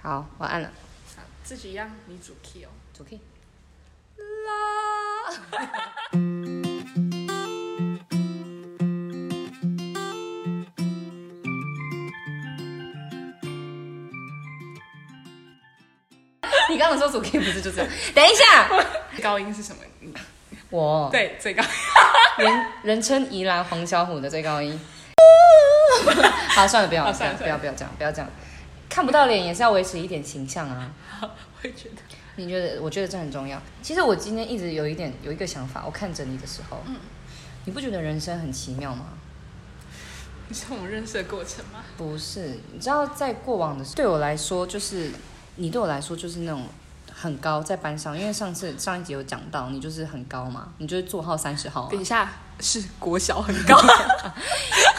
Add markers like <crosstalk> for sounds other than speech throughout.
好，我按了，好自己让你主 key 哦。主 key。啦，你刚刚说主 key 不是就这样？等一下， <laughs> 高音是什么？嗯 <laughs> 我对，最高。人人称宜兰黄小虎的最高 <laughs> 音。好，算了，不要好这样，不算要了不要这样，不要这样，看不到脸也是要维持一点形象啊。我也觉得，你觉得？我觉得这很重要。其实我今天一直有一点有一个想法，我看着你的时候，你不觉得人生很奇妙吗？你是我们认识的过程吗？不是，你知道，在过往的对我来说，就是你对我来说就是那种很高在班上，因为上次上一集有讲到，你就是很高嘛，你就是座号三十号、啊，等一下，是国小很高，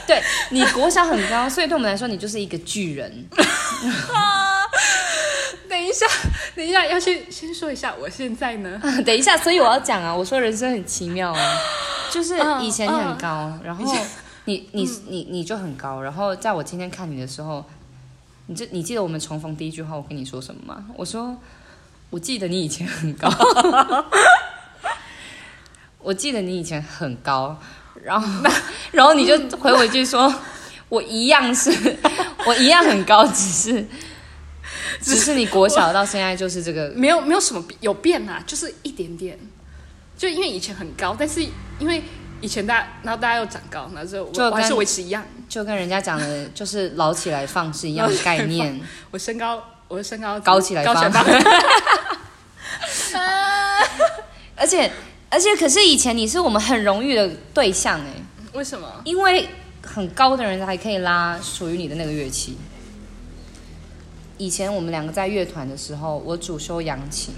对你国小很高，所以对我们来说，你就是一个巨人。 <laughs> 等一下，等一下，要先先说一下，我现在呢， <laughs> 等一下，所以我要讲啊，我说人生很奇妙啊， <gasps> 就是以前你嗯很高，然后你你你你就很高，然后在我今天看你的时候，你这你记得我们重逢第一句话我跟你说什么吗？我说我记得你以前很高， <laughs> 我记得你以前很高，然 <laughs> 后然后你就回我一句说，我一样 <laughs> 是，我一样很高，只是。只是你国小到现在就是这个没有没有什么变有变啊，就是一点点，就因为以前很高，但是因为以前大家，然后大家又长高，然后就就我我还跟是维持一样，就跟人家讲的，就是老起来放是一样的概 <laughs> 念。我身高，我的身高高起来高起来吧吧 <laughs> 而且，而且，可是以前你是我们很荣誉的对象哎，为什么？因为很高的人才可以拉属于你的那个乐器。以前我们两个在乐团的时候，我主修扬琴，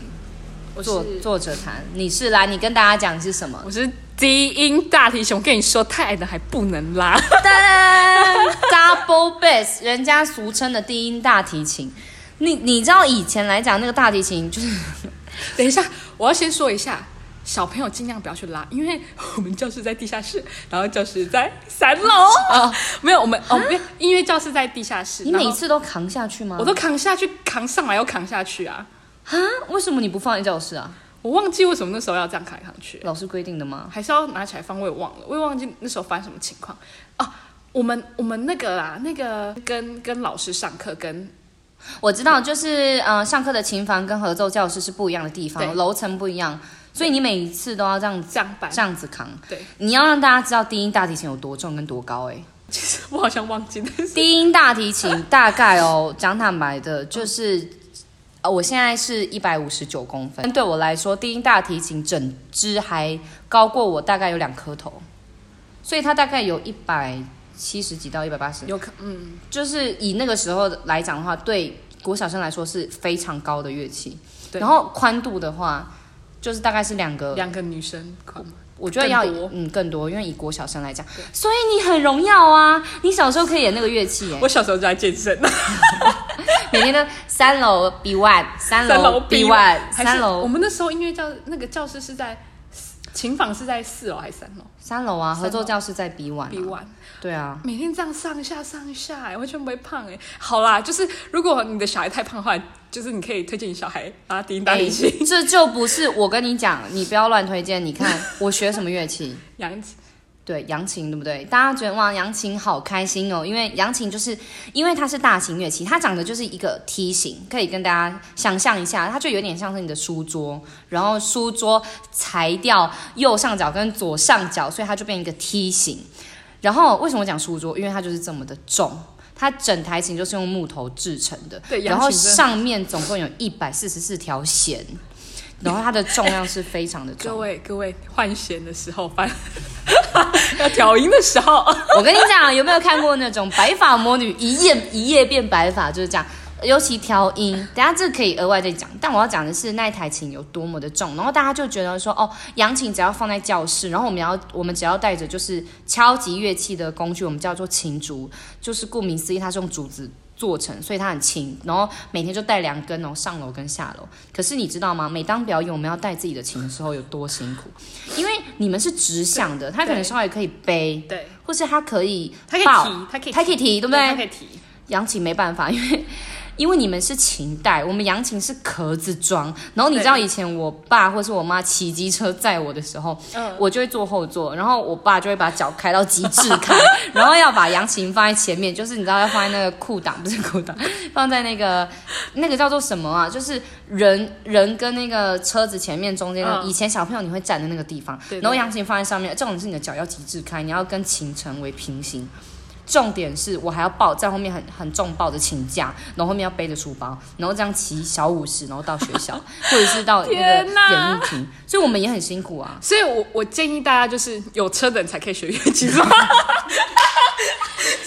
我是作作者弹，你是来，你跟大家讲是什 <laughs> 么？我是低音大提琴，我跟你说，太矮的还不能拉。噔，double bass，人家俗称的低音大提琴。你你知道以前来讲那个大提琴就是等一下，我要先说一下，小朋友尽量不要去拉，因为我们教室在地下室，然后教室在三楼。啊，没有，我们哦，没有音乐教室在地下室。你然后每次都扛下去吗？我都扛下去，扛上来又扛下去啊！啊，为什么你不放在教室啊？我忘记为什么那时候要这样扛来扛去，老师规定的吗？还是要拿起来放，我也忘了，我也忘记那时候发生什么情况啊。我们我们那个啊啦，那个跟跟老师上课，跟我知道，就是嗯、呃上课的琴房跟合奏教室是不一样的地对方，楼层不一样，所以你每一次都要这样子这样班这，样子扛。对，你要让大家知道低音大提琴有多重跟多高哎、其实 <laughs> 我好像忘记，但是低音大提琴大概哦，讲坦白的，就是呃，我现在是一百五十九公分，但对我来说，低音大提琴整支还高过我大概有两颗头，所以它大概有一百七十几到一百八十有可嗯，就是以那个时候来讲的话，对国小生来说是非常高的乐器。对然后宽度的话，就是大概是两个，两个女生款嘛我觉得要更多嗯更多，因为以国小生来讲，所以你很荣耀啊！你小时候可以演那个乐器 <laughs> 耶，我小时候就在健身，每天都三楼 B one，三楼 B one，还是三我楼们那时候音乐教那个教室是在琴房是在四楼还是三楼三楼啊，三楼合作教室在 B one， ？B one，对啊，每天这样上下上下、哎完全不会胖哎、好啦，就是如果你的小孩太胖的话，就是你可以推荐你小孩拉低音哎大提琴、这就不是我跟你讲，你不要乱推荐。你看我学什么乐器？扬琴。对，扬琴对不对？大家觉得哇，扬琴好开心哦，因为扬琴就是因为它是大型乐器，它长得就是一个梯形，可以跟大家想象一下，它就有点像是你的书桌，然后书桌裁掉右上角跟左上角，所以它就变一个梯形。然后为什么讲书桌？因为它就是这么的重。它整台琴就是用木头制成的，对扬然后琴真的上面总共有一百四十四条弦，然后它的重量是非常的重各。位各位，换弦的时候翻， <laughs> 要调音的时候， <laughs> 我跟你讲，有没有看过那种白发魔女一夜一夜变白发，就是这样。尤其调音，等一下这可以额外再讲。但我要讲的是那一台琴有多么的重，然后大家就觉得说，哦，扬琴只要放在教室，然后我们要我们只要带着就是敲击乐器的工具，我们叫做琴竹，就是顾名思义，它是用竹子做成，所以它很轻。然后每天就带两根哦，上楼跟下楼。可是你知道吗？每当表演我们要带自己的琴的时候有多辛苦，因为你们是直向的，它可能稍微可以背，对，或是他可以他可以抱提，他可以他可以提，对不他对？可以提，扬琴没办法，因为 <laughs> 因为你们是琴带，我们扬琴是壳子装。然后你对知道以前我爸或是我妈骑机车载我的时候，嗯我就会坐后座，然后我爸就会把脚开到极致 <laughs> 开，然后要把扬琴放在前面，就是你知道要放在那个裤裆，不是裤裆， <laughs> 放在那个那个叫做什么啊？就是人人跟那个车子前面中间，嗯以前小朋友你会站的那个地方，对对然后扬琴放在上面，重点是你的脚要极致开，你要跟琴成为平行。重点是我还要抱在后面很很重抱着请假，然后后面要背着书包，然后这样骑小五十，然后到学校或者是到那个天哪演艺厅，所以我们也很辛苦啊。所以我，我建议大家就是有车的人才可以学乐 <laughs> 器，是吗？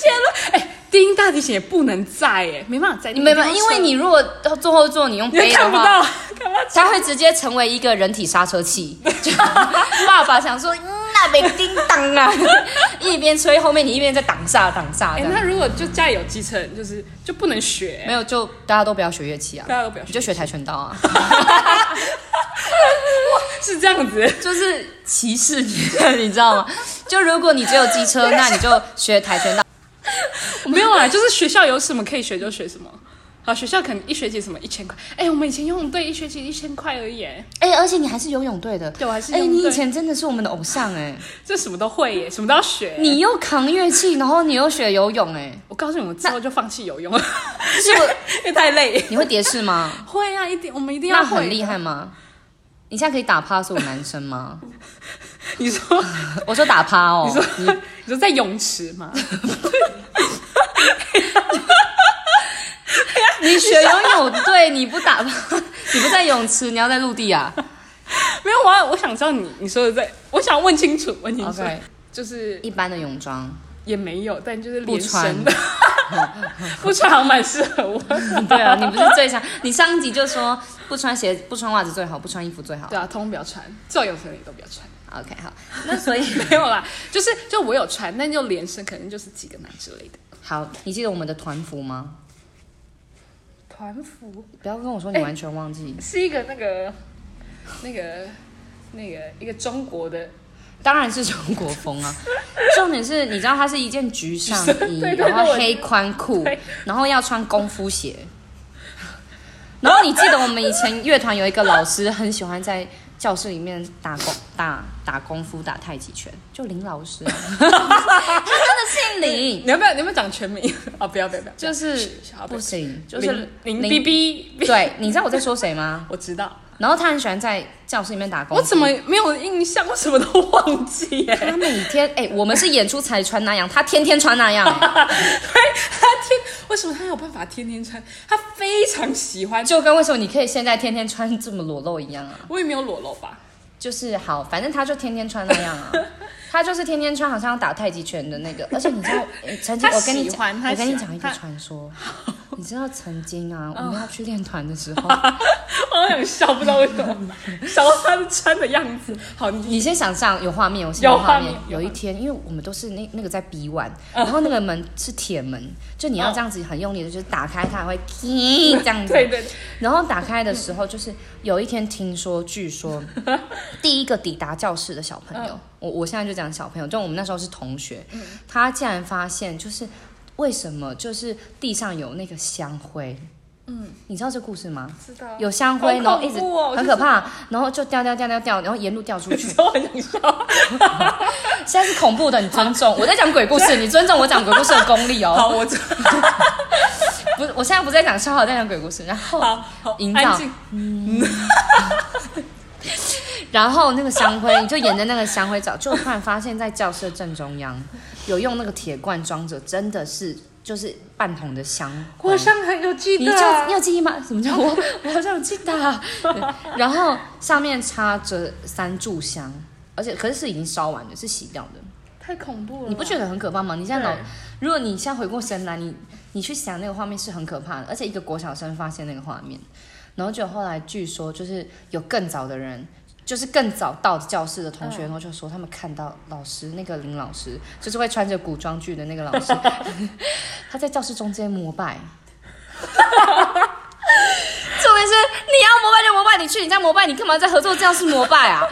天哪！哎、低音大提琴也不能载哎，没办法载。你没办法，没有因车为你如果坐后座，你用你背也看的不话，啊到，看不到。它会直接成为一个人体刹车器。就爸爸想说，嗯，那边叮当啊，一边吹后面你一边在挡煞挡煞哎、这样那如果就家里有机车，就是就不能学、没有，就大家都不要学乐器啊大，家都不要你学，就学跆拳道啊，是这样 <laughs> 子。就是歧视你，你知道 <laughs> 吗？就如果你只有机车，那你就学跆拳道。没有啦，就是学校有什么可以学就学什么。好，学校可能一学期什么一千块，哎、我们以前游泳队一学期一千块而已、哎 <laughs> 哎、而且你还是游泳队的，对我还是哎、游泳你以队前真的是我们的偶像哎、这什么都会耶、什么都要学、 <laughs> 你又扛乐器，然后你又学游泳哎、我告诉你，我之后就放弃游泳了，是不？ <laughs> 因为太累。你会蝶式 <laughs> 吗？会啊，一定我们一定要那会。很厉害。吗？你现在可以打趴所有男生吗？你说，我说打趴哦 <laughs> 你，说，你说在泳池嘛？你学游泳队你不打趴， <laughs> 你不在泳池，你要在陆地啊。 <laughs> 没有，我啊要我想知道你你说的在，我想问清楚，问清楚 OK 就是 <laughs> 一般的泳装，也没有，但就是不连穿身 <laughs> 的，不穿好像蛮适合 <laughs> 我。对啊，你不是最想？你上一集就说不穿鞋、不穿袜子最好，不穿衣服最好。对啊，通通不要穿，最好有时候你都不要穿。 OK，好，那所 <laughs> 以没有啦，就是就我有穿，但就连身可能就是几个男之类的。好，你记得我们的团服吗？团服不要跟我说你完全忘记。是一个那个那个那个一个中国的，当然是中国风啊！重点是，你知道它是一件橘上衣，对对对然后我黑宽裤对，然后要穿功夫鞋。然后你记得我们以前乐团有一个老师很喜欢在教室里面打功打打功夫、打太极拳，就林老师啊、他真的姓林，你要不要你要不要讲全名 <laughs> 啊、不要不要不要，就是好不行，就林是林 B B，对，你知道我在说谁吗？我知道，然后他很喜欢在教室里面打功夫。我怎么没有印象？我什么都忘记耶、他 <laughs> 每天哎、我们是演出才穿那样，他天天穿那样、哎 <laughs> 对，他天为什么他有办法天天穿？他非常喜欢，就跟为什么你可以现在天天穿这么裸露一样啊？我也没有裸露吧？就是好，反正他就天天穿那样 <laughs> 啊，他就是天天穿，好像打太极拳的那个。而且你知道，呃曾经他我跟你喜欢讲，他我跟喜你欢讲一个他哦传说，你知道曾经啊，我们要去练团的时候，我好想笑，不知道为什么，想到他穿的样子。好，你你先想象有画面，我先有有画画面面。哦有一天，因为我们都是那那个在 B one，然后那个门是铁门，就你要这样子很用力的，就是打开它会这样子。 <laughs> 对对，然后打开的时候，就是有一天听说，据 <laughs> 说第一个抵达教室的小朋嗯友，我我现在就讲小朋友，就我们那时候是同学，他竟然发现就是为什么就是地上有那个香灰，嗯，你知道这故事吗？知道有香灰，然好后一恐直怖哦很可怕，然后就掉掉掉掉掉，然后沿路掉出去你，知道我很想 <laughs> 笑。现在是恐怖的，你尊重。我在讲鬼故 <laughs> 事，你尊重我讲鬼故事的功力好，哦。我知不是，我现在不在讲笑话，我在讲鬼故事。然后好好营造安静。然后那个香灰，你就沿着那个香灰找，就突然发现，在教室的正中央有用那个铁罐装着，真的是就是半桶的香灰。像很有记啊你就你有记忆吗？什么叫我？我好像有记得啊、对然后上面插着三炷香，而且可是是已经烧完的，是洗掉的。太恐怖了，你不觉得？得很可怕吗？你现在脑对，如果你现在回过神来，你你去想那个画面是很可怕的，而且一个国小生发现那个画面，然后就后来据说就是有更早的人。就是更早到教室的嗯同学，然后就说他们看到老师那个林老师，就是会穿着古装剧的那个老 <laughs> 师，他在教室中间膜拜。重点是你要膜拜就膜拜，你去你家膜拜，你干嘛在合作教室膜拜啊？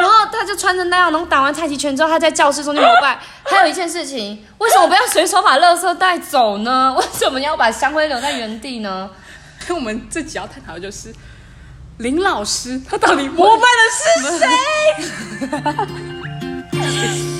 然后他就穿成那样，然后打完太极拳之后，他在教室中间膜拜。还有一件事情，为什么不要随手把垃圾带走呢？为什么要把香灰留在原地呢？跟我们这集要探讨的就是林老师他到底膜拜的是谁？